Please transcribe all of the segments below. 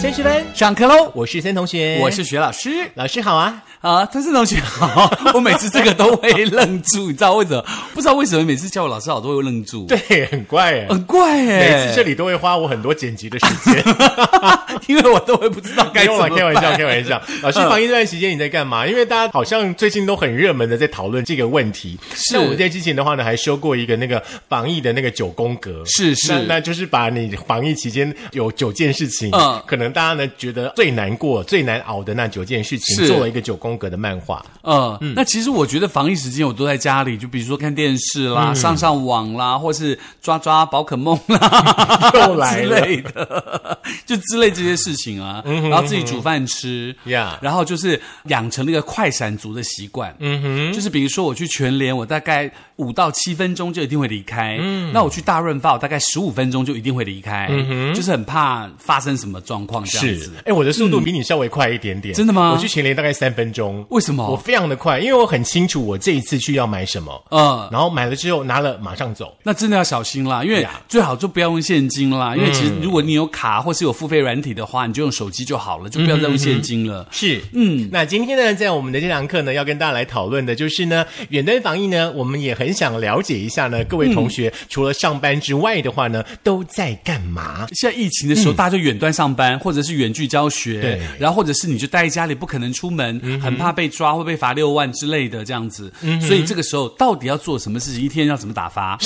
先师们，上课喽！我是森同学，我是徐老师老师好啊。啊，曾志同学好。 我每次这个都会愣住，你知道为什么？不知道为什么每次叫我老师好都会愣住，，对，很怪哎，很怪耶、每次这里都会花我很多剪辑的时 间。 因为我都会不知道该没有怎么啦，办。开玩笑，开玩笑。老师，防疫这段时间你在干嘛？ 因为大家好像最近都很热门的在讨论这个问题。是那我们在之前的话呢，还修过一个那个防疫的那个九宫格，是是那那就是把你防疫期间有九件事情，嗯可能大家呢觉得最难过、最难熬的那九件事情，是做了一个九宫格的漫画。，呃，那其实我觉得防疫时间我都在家里，就比如说看电视啦、上上网啦，或是抓抓宝可梦啦 又来了嗯之类的， 就之类这些事情啊。然后自己煮饭吃 Yeah 然后就是养成那个快闪族的习惯。嗯哼，就是比如说我去全联，我大概五到七分钟就一定会离开。嗯，那我去大润发，我大概十五分钟就一定会离开。嗯哼，就是很怕发生什么状况这样是子。，嗯哎，我的速度比你稍微快一点点，真的吗我去前联大概三分钟，为什么我非常的快，因为我很清楚我这一次去要买什么，呃，然后买了之后拿了马上走。那真的要小心啦，因为呀嗯最好就不要用现金啦，因为其实如果你有卡或是有付费软体的话，你就用手机就好了，就不要再用现金了。是，嗯，那今天呢，在我们的这堂课呢，要跟大家来讨论的就是呢，远端防疫呢，我们也很想了解一下呢，各位同学、嗯除了上班之外的话呢，都在干嘛？现在疫情的时候，大家就远端上班，或者是远距教学，嗯对嗯然后或者是你就待在家里，不可能出门，很怕被抓会被罚六万之类的这样子。所以这个时候到底要做什么事情，一天要怎么打发？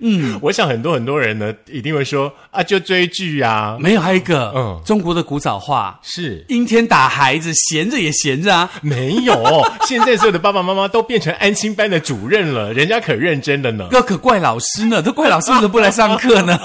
嗯， 我想很多很多人呢，一定会说啊，就追剧啊，没有，还有一个，嗯中国的古早话，是。阴天打孩子，闲着也闲着啊。没有， 现在所有的爸爸妈妈都变成安亲班的主任了，人家可认真了 呢。要可怪老师呢，都怪老师为什么不来上课 呢？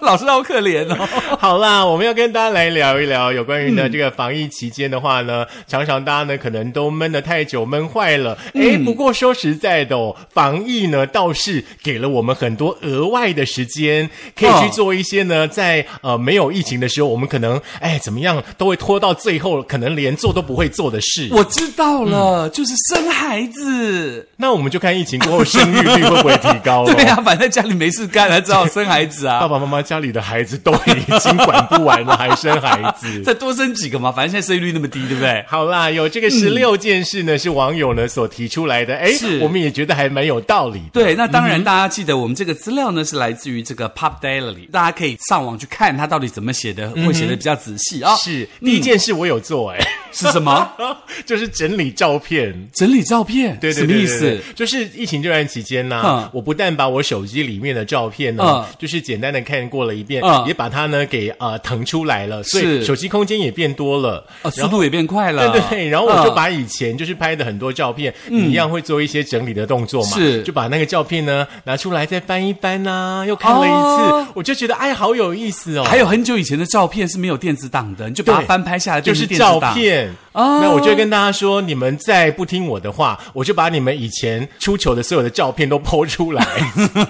老师好可怜哦。好啦，我们要跟大家来聊一聊有关于呢、这个防疫期间的话呢，常常大家呢可能都闷得太久，闷坏了。嗯诶，不过说实在的哦，防疫呢倒是给了我们很多额外的时间，可以去哦做一些呢，在呃没有疫情的时候，我们可能哎怎么样都会拖到最后，可能连做都不会做的事。我知道了，嗯就是生孩子。那我们就看疫情过后生育率会不会提高了。 对啊呀、反正在家里没事干，还只好生孩子爸啊。爸妈妈家里的孩子都已经管不完了，还 生孩子。 再多生几个嘛，反正现在生育率那么低，对不对？好啦，有这个十六件事呢，是网友呢所提出来的，哎是，我们也觉得还蛮有道理的。对，那当嗯然，大家记得我们这个资料呢是来自于这个 Pop Daily，大家可以上网去看它到底怎么写的，会写的比较仔细啊。嗯是嗯第一件事我有做、哎、是什么？ 就是整理照片。整理照片，对对什么对意对对思？就是疫情这段期间呢、嗯我不但把我手机里面的照片呢、嗯就是简单的看过了一遍，嗯也把它呢给呃腾出来了，所以是手机空间也变多了。啊，速度也变快了。对对，然后我就嗯把以前就是拍的很多照片，你一样会做一些整理的动作嘛，是就把那个照片呢拿出来再翻一翻呐、又看了一哦次，我就觉得哎，好有意思哦。还有很久以前的照片是没有电子档的，你就把它对翻拍下来，就变是成电子照档。片哦那我就会跟大家说，你们再不听我的话，我就把你们以前出糗的所有的照片都剖出来。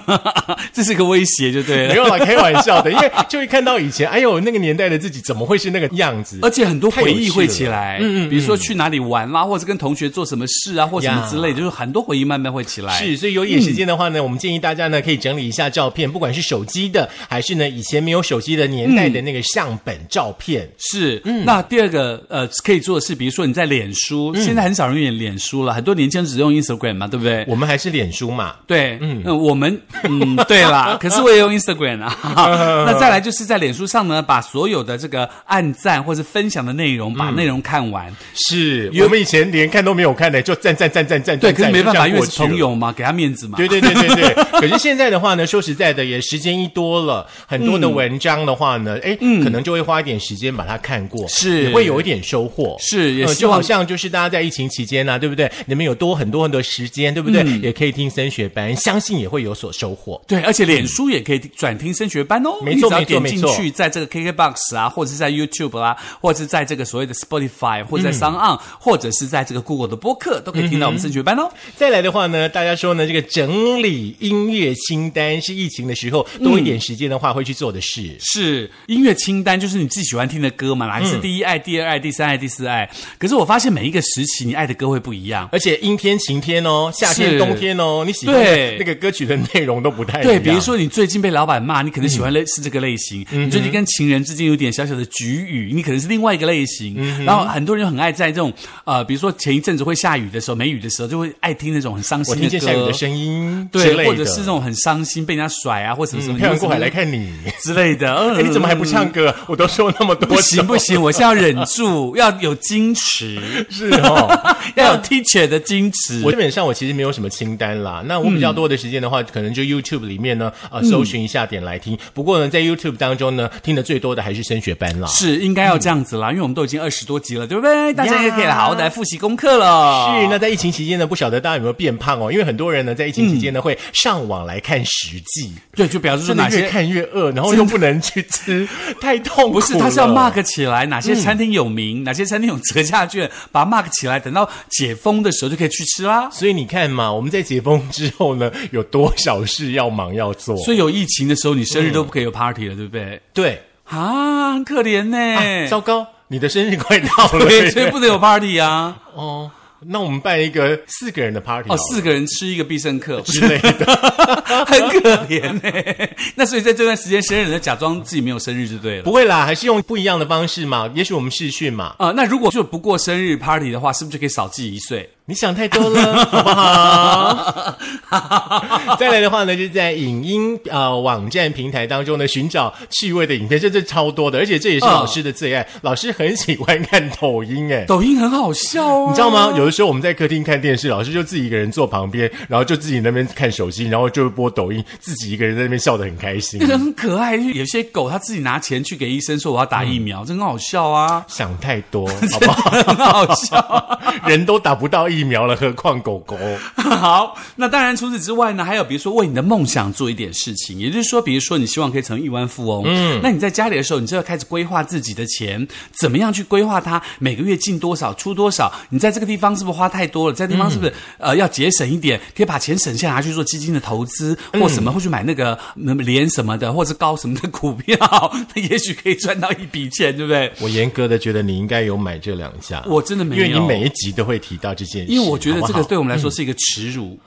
这是个威胁，就对了没。有啦，开玩笑的，因为就会看到以前，哎呦，那个年代的自己怎么会是那个样子？而且很多回忆会起太有来，趣了嗯嗯嗯比如说去哪里玩啦，或者跟同学做什么事啊，或什么之类的，就是很多回忆慢慢会起来。是，所以有一点时间的话呢，嗯我们建议大家呢可以整理一下照片，不管是手机的，还是呢以前没有手机的年代的那个相本照片。嗯是，那第二个呃可以做的是，比如说你在脸书，现在很少人用脸书了，很多年轻人只用 Instagram 嘛，对不对？我们还是脸书嘛，对，嗯，我们嗯， 对啦，可是我也用 Instagram 啊。那再来就是在脸书上呢，把所有的这个按赞或者分享的内容，把内容看完。是我们以前连看都没有看的，就赞赞赞赞赞。赞对，可是赞没就办这法，样因为过是去了朋。友嘛，给他面子 嘛。对对对对对，可是现在的话呢，说实在的，也时间一多了，很多的文章的话呢，哎、可能就会花一点时间把它看过，嗯是也会有一点收获，是也呃希就望好像就是大家在疫情期间呢、啊对不对？你们有多很多很多时间，对不对？嗯也可以听升学班，相信也会有所收获。对，而且脸书也可以转听升学班哦。嗯没错你只要没错点进没错去，在这个 KKBox 啊，或者是在 YouTube 啦、或者是在这个所谓的 Spotify，或者嗯啊在 s o n On，、或者是在这个 Google 的播客，都可以听到我们升学班哦。再来的话呢，大家说呢，这个整理音乐清单是疫情的时候多一点时间的话会去做的事。嗯嗯是音乐清单，就是你自己喜欢听的歌嘛，哪个是第一爱、第二爱、第三爱、第四自爱。可是我发现每一个时期你爱的歌会不一样。而且阴天、晴天哦，夏天、是冬天哦，你喜欢的对那个歌曲的内容都不哎太一样。嗯对，比如说你最近被老板骂，你可能喜欢类是这个类型；你最近跟情人之间有点小小的局语，你可能是另外一个类型。嗯然后很多人就很爱在这种呃，比如说前一阵子会下雨的时候，没雨的时候，就会爱听那种很伤我心听的见下雨歌的，声音之类对，的，或者是那种很伤心被人家甩啊，或什么什么，漂洋过海你为来什么看你。之 类的。哎，嗯你怎么还不唱歌？我都说那么多，不行不，行，我是要忍住，要有矜持， 是 哦。要有 teacher 的矜持。我基本上我其实没有什么清单啦。那我比嗯较多的时间的话，可能就 YouTube 里面呢，呃，搜寻一下点来听。不过呢，在 YouTube 当中呢，听的最多的还是升学班啦。是应该要这样子啦，因为我们都已经二十多集了，对不对？大家也可以呀好好的来复习功课了。是，那在疫情期间呢，不晓得大家有没有变胖哦？因为很多人呢，在疫情期间呢，会上网来看实际，对，就表示说真的嗯哪越些看越饿，然后又不能去 吃，太痛苦不了。嗯是，他是要 mark 起来，哪些餐厅有名，哪些餐厅有折价券， 把它 mark 起来，等到解封的时候就可以去吃啦。所以你看嘛，我们在解封之后呢，有多少事要忙要做？所以有疫情的时候，你生日都不可以有 party 了，对不对？对，啊，很可怜呢、嗯啊糟糕，你的生日快到了，嗯对，所以 不能有 party 啊！哦。那我们办一个四个人的 party 哦，好了四个人吃一个必胜客，之类的， 很可怜呢、 那所以在这段时间，生日人就假装自己没有生日就对了不。会啦，还是用不一样的方式嘛。也许我们试训嘛，啊、那如果就不过生日 party 的话，是不是就可以少记一岁？你想太多 了，好不啊好？再来的话呢，就是在影音呃网站平台当中呢，寻找趣味的影片，这这超多的，而且这也是嗯老师的最爱，老师很喜欢看抖音哎。 抖音很好笑哦，你知道吗？有的时候我们在客厅看电视，老师就自己一个人坐旁边，然后就自己那边看手机，然后就播抖音，自己一个人在那边笑得很开心，那。个很可爱，就是嗯有些狗它自己拿钱去给医生说我要打疫苗，这很好笑啊想太多，好不 好？很好笑。啊人都打不到疫苗了，何况狗狗？ 好，那当然除此之外呢，还有比如说为你的梦想做一点事情，也就是说，比如说你希望可以成为亿万富翁，嗯，那你在家里的时候，你就要开始规划自己的钱，怎么样去规划它，每个月进多少，出多少，你在这个地方是不是花太多了，在地方是嗯不是、呃要节省一点，可以把钱省下来拿去做基金的投资或什么，或去买那个嗯连什么的，或者高什么的股票， 那也许可以赚到一笔钱，对不对？我严格的觉得你应该有买这两家，我真的没有因为你每一集都会提到这件事，因为我觉得这好嗯个不对我们来说是一个耻辱，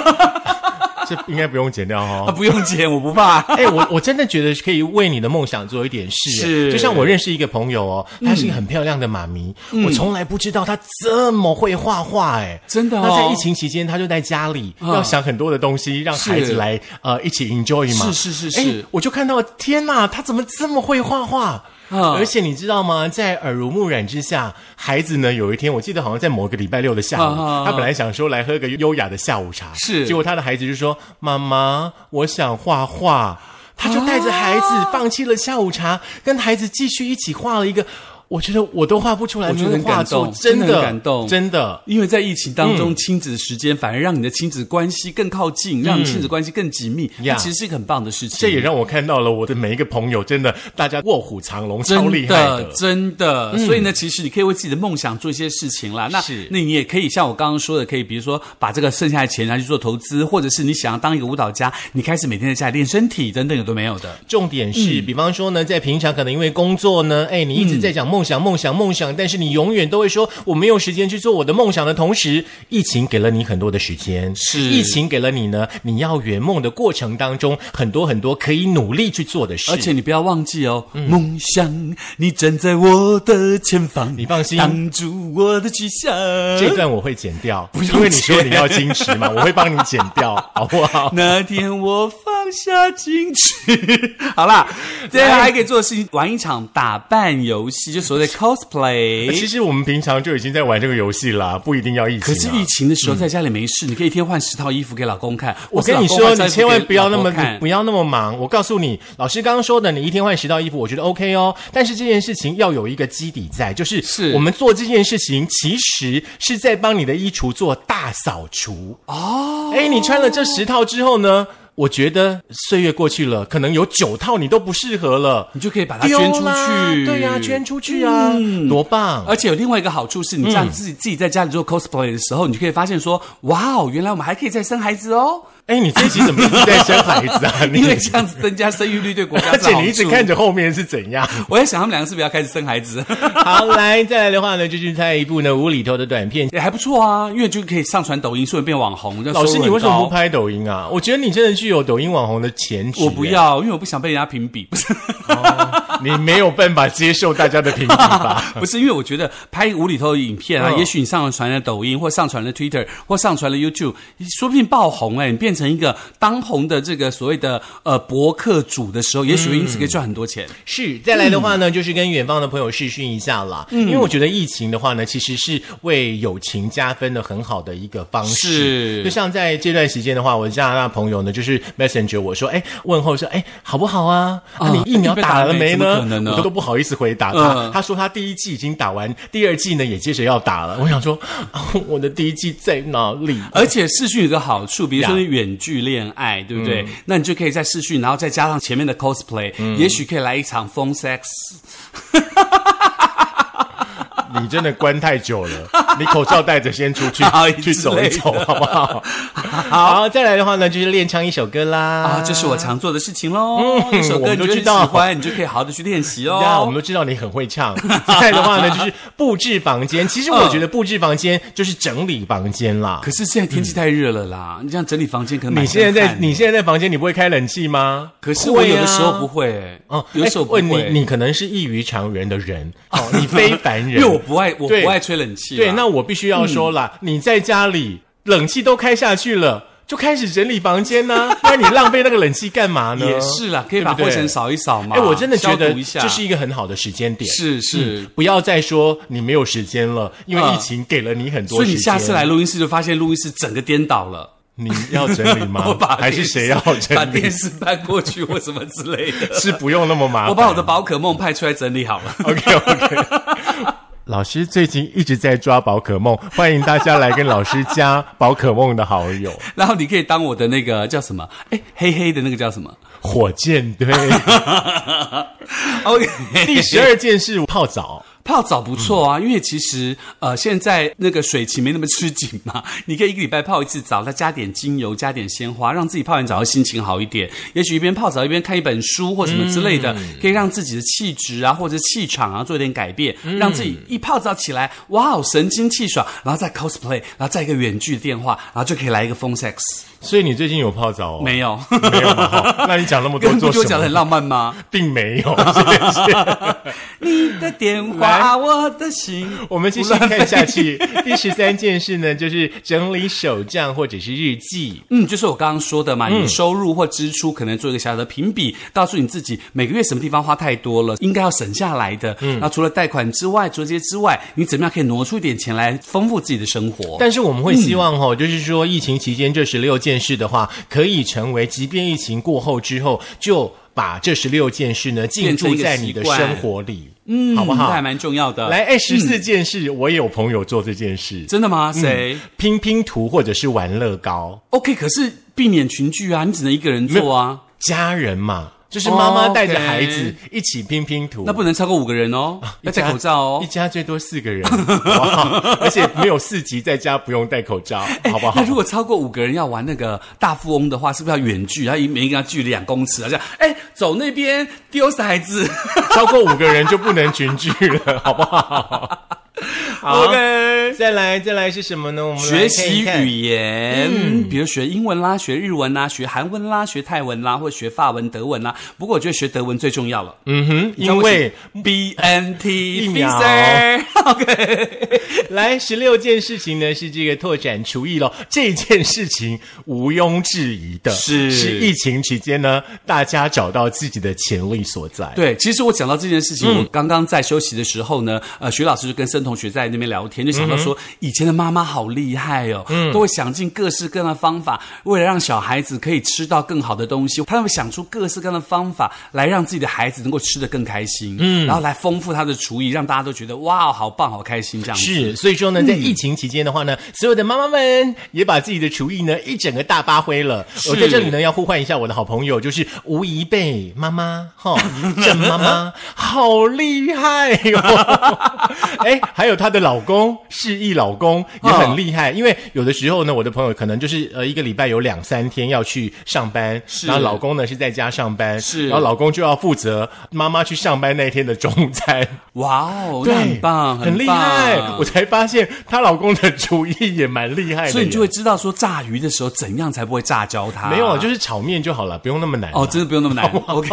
好这应该不用剪掉啊，哦。不用钱，我不怕。 哎、我我真的觉得可以为你的梦想做一点事。是就像我认识一个朋友哦，她是一个很漂亮的妈咪，嗯我从来不知道她这么会画画，哎，真的哦啊那在疫情期间，她就在家里、要想很多的东西，让孩子是来呃一起 enjoy 嘛。是是是哎是我就看到天哪，她怎么这么会画画？嗯而且你知道吗？在耳濡目染之下，孩子呢有一天，我记得好像在某个礼拜六的下午，嗯嗯嗯他本来想说来喝个优雅的下午茶，是结果他的孩子就说：“妈妈，我想画画。”他就带着孩子放弃了下午茶，跟孩子继续一起画了一个，我觉得我都画不出来，我觉得很画感作动真真的的很感动真的。因为在疫情当嗯中，亲子时间反而让你的亲子关系更靠近，让亲子关系更紧密，呀那其实是一个很棒的事情。这也让我看到了我的每一个朋友，真的大家卧虎藏龙，超厉真害的。的嗯真的，所以呢，其实你可以为自己的梦想做一些事情啦。那是那你也可以像我刚刚说的，可以比如说把这个剩下的钱拿去做投资，或者是你想要当一个舞蹈家，你开始每天在家里练身体等等，有都没有的。重点是，嗯比方说呢，在平常可能因为工作呢，哎，你一直在讲梦想、梦想、梦想，但是你永远都会说我没有时间去做我的梦想的同时，疫情给了你很多的时间，是疫情给了你呢，你要圆梦的过程当中很多很多可以努力去做的事，而且你不要忘记哦，梦想你站在我的前方，你放心挡住我的去向。这段我会剪掉，用因为你说剪你要矜持嘛，我会帮你剪掉，好不好？ 那天我放下矜持。好啦，接下来还可以做的事情，玩一场打扮游戏，就 所谓的 cosplay 其。实我们平常就已经在玩这个游戏啦，不一定要疫情、啊。可是疫情的时候，在家里没事，你可以一天换十套衣服给老公看。我或是跟你老说，公换你十套衣服千万给不要那老么婆看不要那么忙。我告诉你，老师刚刚说的，你一天换十套衣服，我觉得 OK 哦。但是这件事情要有一个基底在，就是是我们做这件事情，其实是在帮你的衣橱做大扫除哦。哎，你穿了这十套之后呢？我觉得岁月过去了，可能有九套你都不适合了，你就可以把它捐丢出啦去。嗯对呀、捐。出去啊，多棒！而且有另外一个好处是，你 这样自己、自己在家里做 cosplay 的时候，你就可以发现说，哇哦，原来我们还可以再生孩子哦。哎，你这一集怎么一直在生孩子啊？你 因为这样子增加生育率对国 家而是好且处。你一直看着后面是怎样？我在想他们两个是不是要开始生孩子？好，来再来的话呢，就是在一部呢无厘头的短片。也还不错啊，因为就可以上传抖音，顺便变网红。那收老入师，你很为什么高不拍抖音啊？我觉得你真的具有抖音网红的潜质。我不，要，因为我不想被人家评比，不是，你没有办法接受大家的评比吧？不是，因为我觉得拍无厘头的影片啊，啊嗯也许你上传了抖音，或上传了 Twitter，或上传了 YouTube，说不定爆红哎、你变成一个当红的这个所谓的呃博客主的时候，也许因嗯此可以赚很多钱。是，再来的话呢，就是跟远方的朋友试训一下啦。嗯因为我觉得疫情的话呢，其实是为友情加分的很好的一个方式。是就像在这段时间的话，我加拿大朋友呢，就是 messenger 我说，哎，问候说，哎，好不好啊？啊啊你疫苗打了没怎么呢？可能呢我都不好意思回答他。嗯他说他第一季已经打完，第二季呢也接着要打了。我想说， 啊我的第一季在哪里？啊而且视讯有个好处，比如说呀嗯你远距恋爱，对不对？那你就可以在视讯，然后再加上前面的 cosplay，、也许可以来一场 phone sex。你真的关太久了，你 口罩戴着先 出去哎去走一走之类，的好不 好？好，再来的话呢，就是练唱一首歌啦。啊，这是我常做的事情喽。这首嗯我歌们你都觉得知道喜欢，你就可以好好的去练习哦。呀，我们都知道你很会唱。 再来的话呢，就是布置房间。其实我觉得布置房间就是整理房间啦。可是现在天气太热了啦，你这样整理房间可能蛮你现在震在撼的你现在在房间，你不会开冷气吗？可是我会啊有的时候不会、欸，哦，有的时候不哎会，你你可能是异于常人的人，哦，你非凡人， 因为我不爱我对不爱吹冷气啦，对，那我必须要嗯说啦，你在家里冷气都开下去了，就开始整理房间呢、 不然你浪费那个冷气干嘛呢？也是啦，可以把嗯对不灰对尘。扫一扫嘛。哎，我真的觉消得毒一下这是一个很好的时间点。嗯是是。不要再说你没有时间了，因为嗯疫情给了你很多所时间。以你下次来，录音室就发现录音室整个颠倒了，你要整理 我吗？把还是电视谁要把整理电？视搬过去或什么之类的。是不用那 么麻烦。我把我的宝可梦派出来整理好了。 OK OK。老师最近一直在抓宝可梦，欢迎大家来跟老师加宝可梦的好友。然后你可以当我的那个叫什么？哎，黑黑的那个叫什么火箭队 ？OK，第十二件事泡澡。泡澡不错啊，因为其实呃，现在那个水情没那么吃紧嘛，你可以一个礼拜泡一次澡，再加点精油，加点鲜花，让自己泡完澡后心情好一点。也许一边泡澡一边看一本书或什么之类的，嗯可以让自己的气质啊或者气场啊做一点改变，让嗯自己一泡澡起来，哇哦，神清气爽，然后再 cosplay，然后再一个远距电话，然后就可以来一个 phone sex。所以你最近有泡澡哦？没有，没有嘛？哦那你讲那么多 跟不做就什讲的很么？浪漫吗？并没 有这件事。你的电来话，我的心。我们继续看下去。第十三件事呢，就是整理手账或者是日记。嗯，就是我刚刚说的嘛，你收入或支出可能做一个小小的评比，告诉你自己每个月什么地方花太多了，应该要省下来的。嗯，那除了贷款之外、折节之外，你怎么样可以挪出一点钱来丰富自己的生活？但是我们会希望哦，就是说疫情期间这十六件事的话，可以成为，即便疫情过后之后，就把这十六件事呢进驻在你的变成一个习惯生活里，嗯，好不这还好？蛮重要的。来，，哎，十四件事，我也有朋友做这件事，嗯真的吗？嗯谁、拼拼图或者是玩乐高。 o k 可是避免群聚啊，你只能一个人做啊，家人嘛，就是妈妈带着哦 OK 孩子一起拼拼图。那不能超过五个人哦，一要家戴口罩一哦。家最多四个 人，好不好？而且没有四级，在家不用戴口 罩，好不好哎那？如果超过五个人要玩那个大富翁的话，是不是要远距？要一每一个人要距离两公尺啊？这样，哎，走那边丢骰子。超过五个人就不能群聚了，好不 好？好 OK。再来，再来是什么呢？我们来学看习一看嗯语言，比如学英文啦、学日文啦、学韩文啦、学泰文啦，或学法文、德文啦。不过我觉得学德文最重要了，嗯哼，你知道因为什么 BNT 疫苗 Pfizer OK， 来十六件事情呢，是这个拓展厨艺咯。这件事情毋庸置疑的，是是疫情期间呢，大家找到自己的潜力所在。对，其实我讲到这件事情，嗯我刚刚在休息的时候呢，呃，徐老师就跟申同学在那边聊天，就想到嗯说，以前的妈妈好厉害哦，都会想尽各式各样的方法，为了让小孩子可以吃到更好的东西，他们想出各式各样的方法来让自己的孩子能够吃得更开心，嗯，然后来丰富他的厨艺，让大家都觉得哇，好棒，好开心这样子。嗯是，所以说呢，在疫情期间的话呢，所有的妈妈们也把自己的厨艺呢一整个大发挥了。我在这里呢要呼唤一下我的好朋友，就是吴怡贝妈妈 哈，郑妈妈哦好厉害哟、哎，还有她的的老公示意老公也很厉哦害，因为有的时候呢，我的朋友可能就是呃一个礼拜有两三天要去上班，是然后老公呢是在家上班，是然后老公就要负责妈妈去上班那天的中餐，哇哦，那很棒，很厉棒害，我才发现她老公的厨艺也蛮厉害的，所以你就会。知道说炸鱼的时候怎样才不会炸焦它。没有啊，就是炒面就好了，不用那么难啊。哦，真的不用那 么难。OK，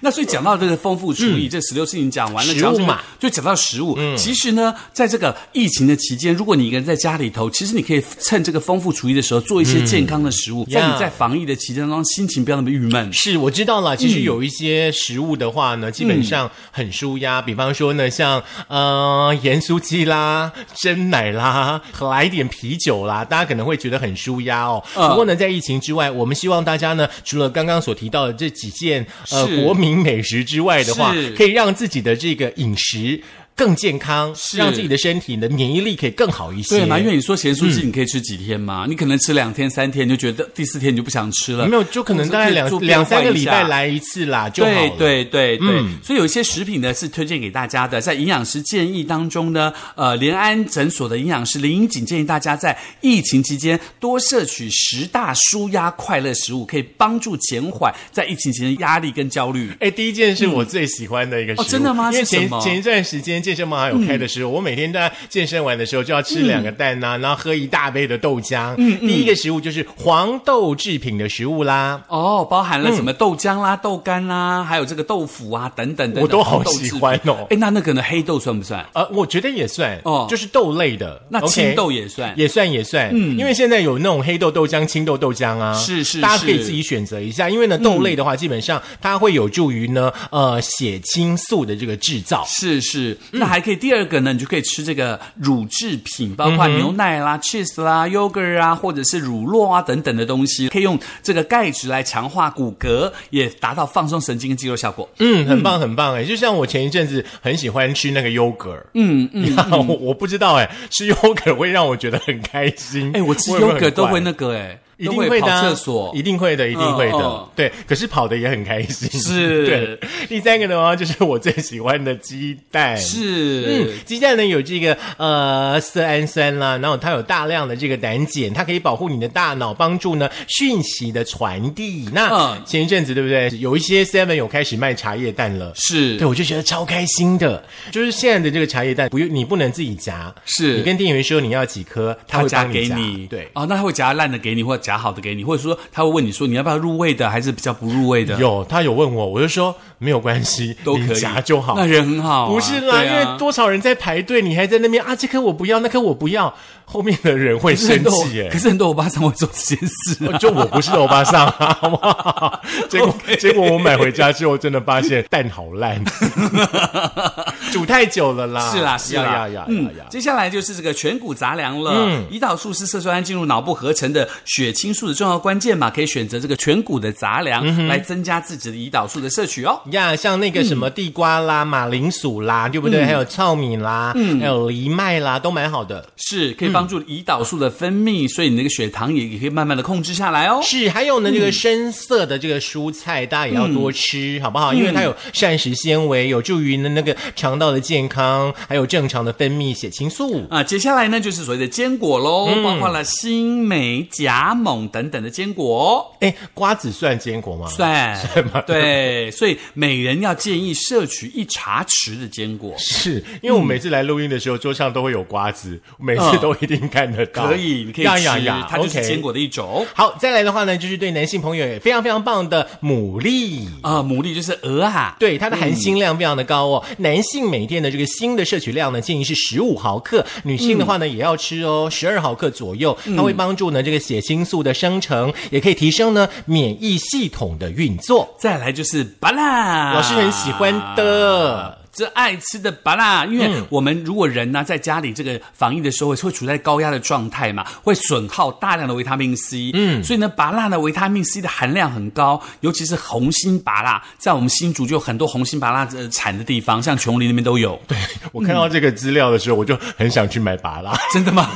那所以讲到这个丰富厨艺，这十六事情讲完了，食物讲到这个嗯嘛嗯就讲到食物。其实呢，在这个疫情的期间，如果你一个人在家里头，其实你可以趁这个丰富厨艺的时候做一些健康的食物，嗯在呀你在防疫的期间当中，心情不要那么郁闷。是，我知道了。其实有一些食物的话呢，基本上很舒压。比方说呢，像呃盐酥鸡啦、蒸奶啦，来一点啤酒啦，大家可能会觉得很舒压哦。嗯不过呢，在疫情之外，我们希望大家呢，除了刚刚所提到的这几件呃是国民美食之外的话是，可以让自己的这个饮食。更健康，是让自己的身体的免疫力可以更好一些。对嘛？因为你说咸酥鸡，你可以吃几天嘛？你可能吃两天、三天，你就觉得第四天你就不想吃了。没有，就可能大概两或者可以做两三个变换一礼下拜来一次啦，就好了。嗯对对对对，所以有一些食品呢是推荐给大家的，在营养师建议当中呢，呃，联安诊所的营养师林英锦建议大家在疫情期间多摄取十大舒压快乐食物，可以帮助减缓在疫情期间压力跟焦虑。哎，第一件是我最喜欢的一个食物，嗯哦真的吗因为是什前么嗯前一段时间健身房还有开的时候，我每天在健身完的时候就要吃两个蛋呐、然后喝一大杯的豆浆。嗯第一个食物就是黄豆制品的食物啦。哦，包含了什么豆浆啦、豆干啦，还有这个豆腐啊等等等等，我都好红豆喜制欢品哦哎，那那个呢，黑豆算不算？呃，我觉得也算哦就是豆类的。那 OK 青豆也算也算也算，嗯，因为现在有那种黑豆豆浆、青豆豆浆啊，是是嗯大家可以是自己选择一下。因为呢，豆类的话，基本上它会有助于呢，呃，血清素的这个制造。是是，嗯那还可以第二个呢，你就可以吃这个乳制品，包嗯括牛奶啦、cheese 啦、yogurt 啊，或者是乳酪啊等等的东西，可以用这个钙质来强化骨骼，也达到放松神经跟肌肉效果。嗯，很棒，很棒哎！就像我前一阵子很喜欢吃那个优格，嗯 嗯，我我不知道哎，吃优格会让我觉得很开心。哎，我吃也会很 yogurt 都怪会那。个哎，一都定会跑的啊、厕所一。定会的，一定会的。嗯嗯对，可是跑的也很开心。是 对。第三个的话，就是我最喜欢的鸡蛋。嗯是，，鸡蛋呢有这个呃色氨酸啦，然后它有大量的这个胆碱，它可以保护你的大脑，帮助呢讯息的传递。那嗯前一阵子对不对，有一些 Seven 有开始卖茶叶蛋了。是，对，我就觉得超开心的，就是现在的这个茶叶蛋，不用你不能自己夹，是你跟店员说你要几颗，他他会会夹帮给夹你，对，哦，那他会夹烂的给你，或者夹好的给你，或者说他会问你说你要不要入味的，还是比较不入味的，有他有问我，我就 说没有关系，都可你以夹就好那。人很好啊、不是啦，对因啊为多少人在排队，你还在那边啊，这颗我不要，那颗我不要，后面的人会可是生很多气耶、 可是很多欧巴桑会做这件事、 啊。就我不是欧巴桑， 好不好？结果 结果我买回家之后，真的发现蛋好 烂，煮太久了啦。是啦，是呀啦，呀呀呀嗯呀，！接下来就是这个全谷杂粮了。胰岛素是色酸胺进入脑部合成的血清素的重要关键嘛，可以选择这个全谷的杂粮来增加自己的胰岛素的摄取哦。呀像那个什么地瓜啦、马铃薯啦，嗯对不对？还有糙米啦，还有藜麦啦，都蛮好的。是可以帮助胰岛素的分泌，所以你那个血糖也也可以慢慢的控制下来哦。是，还有呢，这个深色的这个蔬菜，大家也要多吃，嗯好不好？因为它有膳食纤维，有助于呢那个肠道的健康，还有正常的分泌血清素。啊，接下来呢就是所谓的坚果喽，包括了新莓、荚檬等等的坚果哦。哎，瓜子算坚果吗？算吗对，所以每人要建议摄取一茶匙的坚果。是因为我每次来录音的时候，桌上都会有瓜子，每次都一定看得到。可以，你可以呀吃，呀呀，它就是 OK 坚。果的一种。好，再来的话呢，就是对男性朋友也非常非常棒的牡蛎。啊、牡蛎就是鹅啊，对，它的含锌量非常的高哦。男性每天的这个锌的摄取量呢，建议是十五毫克；女性的话呢，也要吃哦，十二毫克左右。它会帮助呢这个血清素的生成，也可以提升呢免疫系统的运作。再来就是巴拉，老师很喜欢的。嗯这爱吃的巴拉，因为我们如果人呢、在家里这个防疫的时候会处在高压的状态嘛，会损耗大量的维他命 C，嗯，所以呢，巴拉的维他命 C 的含量很高，尤其是红心巴拉，在我们新竹就有很多红心巴拉呃产的地方，像琼林那边都有，对，嗯我看到这个资料的时候，我就很想去买拔拉。真的吗？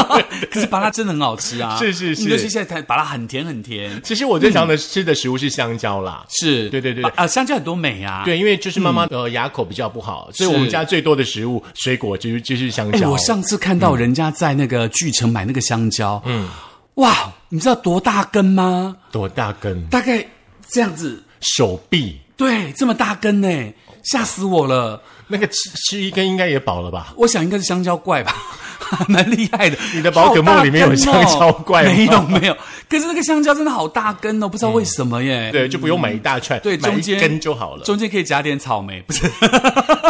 可是巴拉真的很好吃 啊，是是是尤其现在它巴拉很甜很 甜，其实我最常的吃的食物是香蕉啦。是，对对对啊、香蕉很多美啊，对，因为就是妈妈、呃牙口比哎比较不好，所以我们家最多的食物水果就是就是香蕉。哎嗯我上次看到人家在那个巨城买那个香蕉，嗯，哇，你知道多大根吗？多大根？大概这样子，手臂对，这么大根呢、吓死我了！那个吃吃一根应该也饱了吧？我想应该是香蕉怪吧， 还蛮厉害的。你的宝可梦里面有香蕉怪吗好大根哦没有没有，可是那个香蕉真的好大根哦，不知道为什么耶。对，就不用买一大串，对，嗯买中一间根就好了。中间可以加点草莓，不是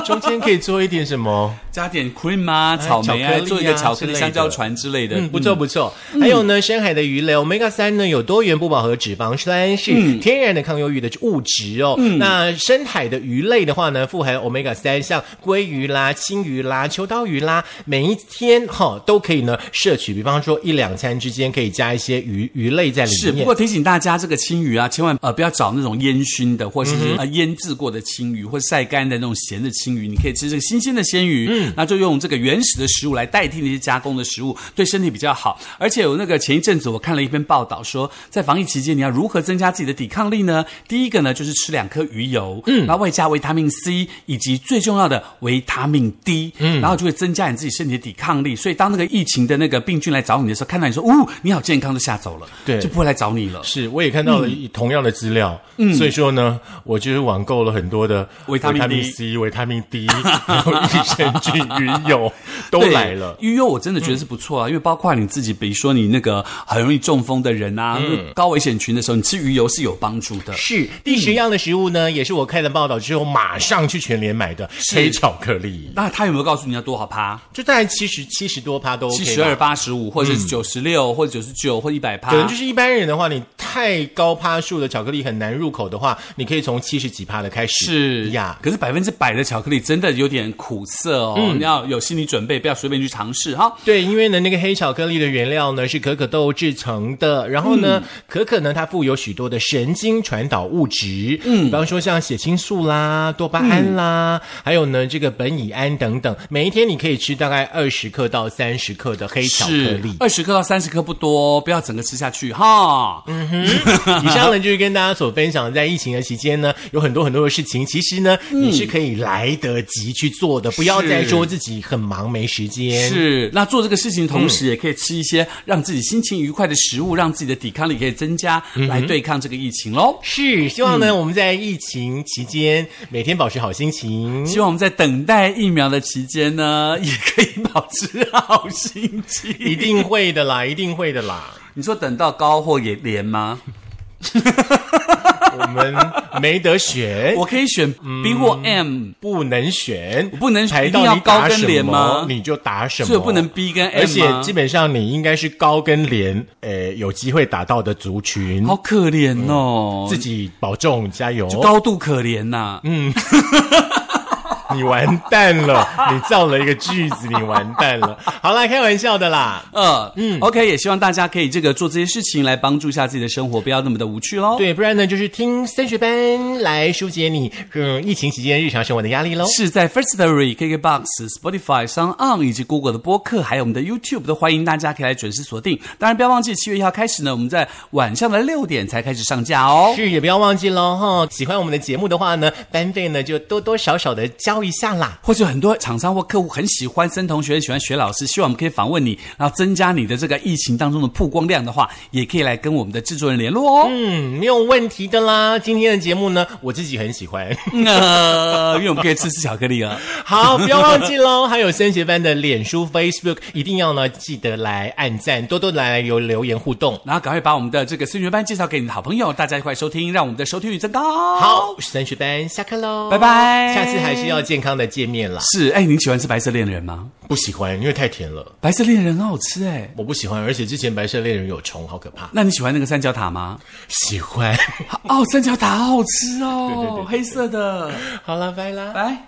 中间可以做一点什么？加点 cream 啊，草莓巧克啊，力啊做一个巧克之类力的香蕉船之类的。 嗯，不错不错。还有呢，深海的鱼类 omega 三呢有多元不饱和脂肪酸，是天然的抗忧郁的物质哦。那深海的鱼类的话呢，富含 omega 三，像鲑鱼啦、青鱼啦、秋刀鱼啦，每一天哈、都可以呢摄取，比方说一两餐之间可以加一些鱼鱼类在里是，不面过。提醒大家，这个青鱼啊，千万呃不要找那种烟熏的，或是、呃腌制过的青鱼，或晒干的那种咸的青鱼。你可以吃这个新鲜的鲜鱼，嗯，那就用这个原始的食物来代替那些加工的食物，对身体比较好。而且有那个前一阵子我看了一篇报道说，在防疫期间你要如何增加自己的抵抗力呢？第一个呢就是吃两颗鱼油，嗯，然后外加维他命 C 以及最重要的维他命 D，嗯，然后就会增加你自己身体的抵抗力。所以当那个疫情的那个病菌来找你的时候，看到你说，哦，你好健康，就吓走了，对就不会来找你了。是，我也看到了一同样的资料，所以说呢，我就是网购了很多的维他命 D C、维他命 D，然后益生菌、鱼 油都对来了。嗯鱼油我真的觉得是不错啊，因为包括你自己，比如说你那个很容易中风的人啊，嗯高危险群的时候，你吃鱼油是有帮助的。是第十样的食物呢，也是我看了报道之后马上去全联买的黑巧克力，那他有没有告诉你要多少趴？就大概七十七十多趴都 OK 七吧十二、。八十五，或者是九十六，或者九十九，或一百趴可。能就是一般人的话，你太高趴数的巧克力很难入口的话，你可以从七十几趴的开始。是呀，嗯可是百分之百的巧克力真的有点苦涩哦，你要有心理准备，不要随便去尝试哈。对，因为呢，那个黑巧克力的原料呢是可可豆制成的，然后呢，可可呢它富有许多的神经传导物质，嗯，比嗯方说像血清素啦、多巴胺啦，还有呢这个苯乙胺等等。每一天你可以吃大概二十克到三十克的黑巧克是力。二十克到三十克不多，不要整个吃下去哈。以上呢就是跟 大家所分享，在疫情的期间呢，有很多很多的事情，其实呢、你是可以来得及去做的，不要再说自己很忙没时间。是，那做这个事情同时也可以吃一些让自己心情愉快的食物，让自己的抵抗力可以增加，来对抗这个疫情喽。是，希望呢、嗯我们在疫情期间每天保持好心情。希望我们在等待疫苗的期间呢，也可以保持好心一 情。定会的啦，一定会的啦。你说等到高或也连吗？我们没得选，我可以选 B 或 M，、不能选，我不能排一定到要你高打跟什连么吗，你就打什么，所以我不能哎 B 跟 M 而且吗基本上你应该是高跟连，呃，有机会打到的族群，好可怜哦，自己保重，加油。高度可怜呐、你完蛋了，你造了一个句子，你完蛋了。好啦，开玩笑的啦。呃，嗯，OK，也希望大家可以这个做这些事情来帮助一下自己的生活，不要那么的无趣喽。对，不然呢，就是听升学班来疏解你，嗯，疫情期间日常生活的压力喽。是在 First Story、KKBox、Spotify、s o n On 以及 Google 的播客，还有我们的 YouTube 都欢迎大家可以来准时锁定。当然，不要忘记七月一号开始呢，我们在晚上的六点才开始上架哦。是，也不要忘记喽哈。喜欢我们的节目的话呢，班费呢就多多少少的交一下啦。或者很多厂商或客户很喜欢森同学，很喜欢学老师，希望我们可以访问你，然后增加你的这个疫情当中的曝光量的话，也可以来跟我们的制作人联络哦。嗯，没有问题的啦。今天的节目呢，我自己很喜欢。 嗯，呃，因为我们可以吃吃巧克力啊了。好，不要忘记喽。还有升学班的脸书、Facebook，一定要呢记得来按赞，多多来有留言互动。然后赶快把我们的这个升学班介绍给你的好朋友，大家一块收听，让我们的收听率增高。，好，升学班下课喽，拜拜下次还是要健康的见面啦。是哎，您喜欢吃白色恋人吗？不喜欢，因为太甜了，白色恋人很好吃哎。我不喜欢。而且之前白色恋人有虫，好可怕。那你喜欢那个三角塔 吗？喜欢。 哦，三角塔好好吃哦，对对对对黑色的，好了，拜啦。来。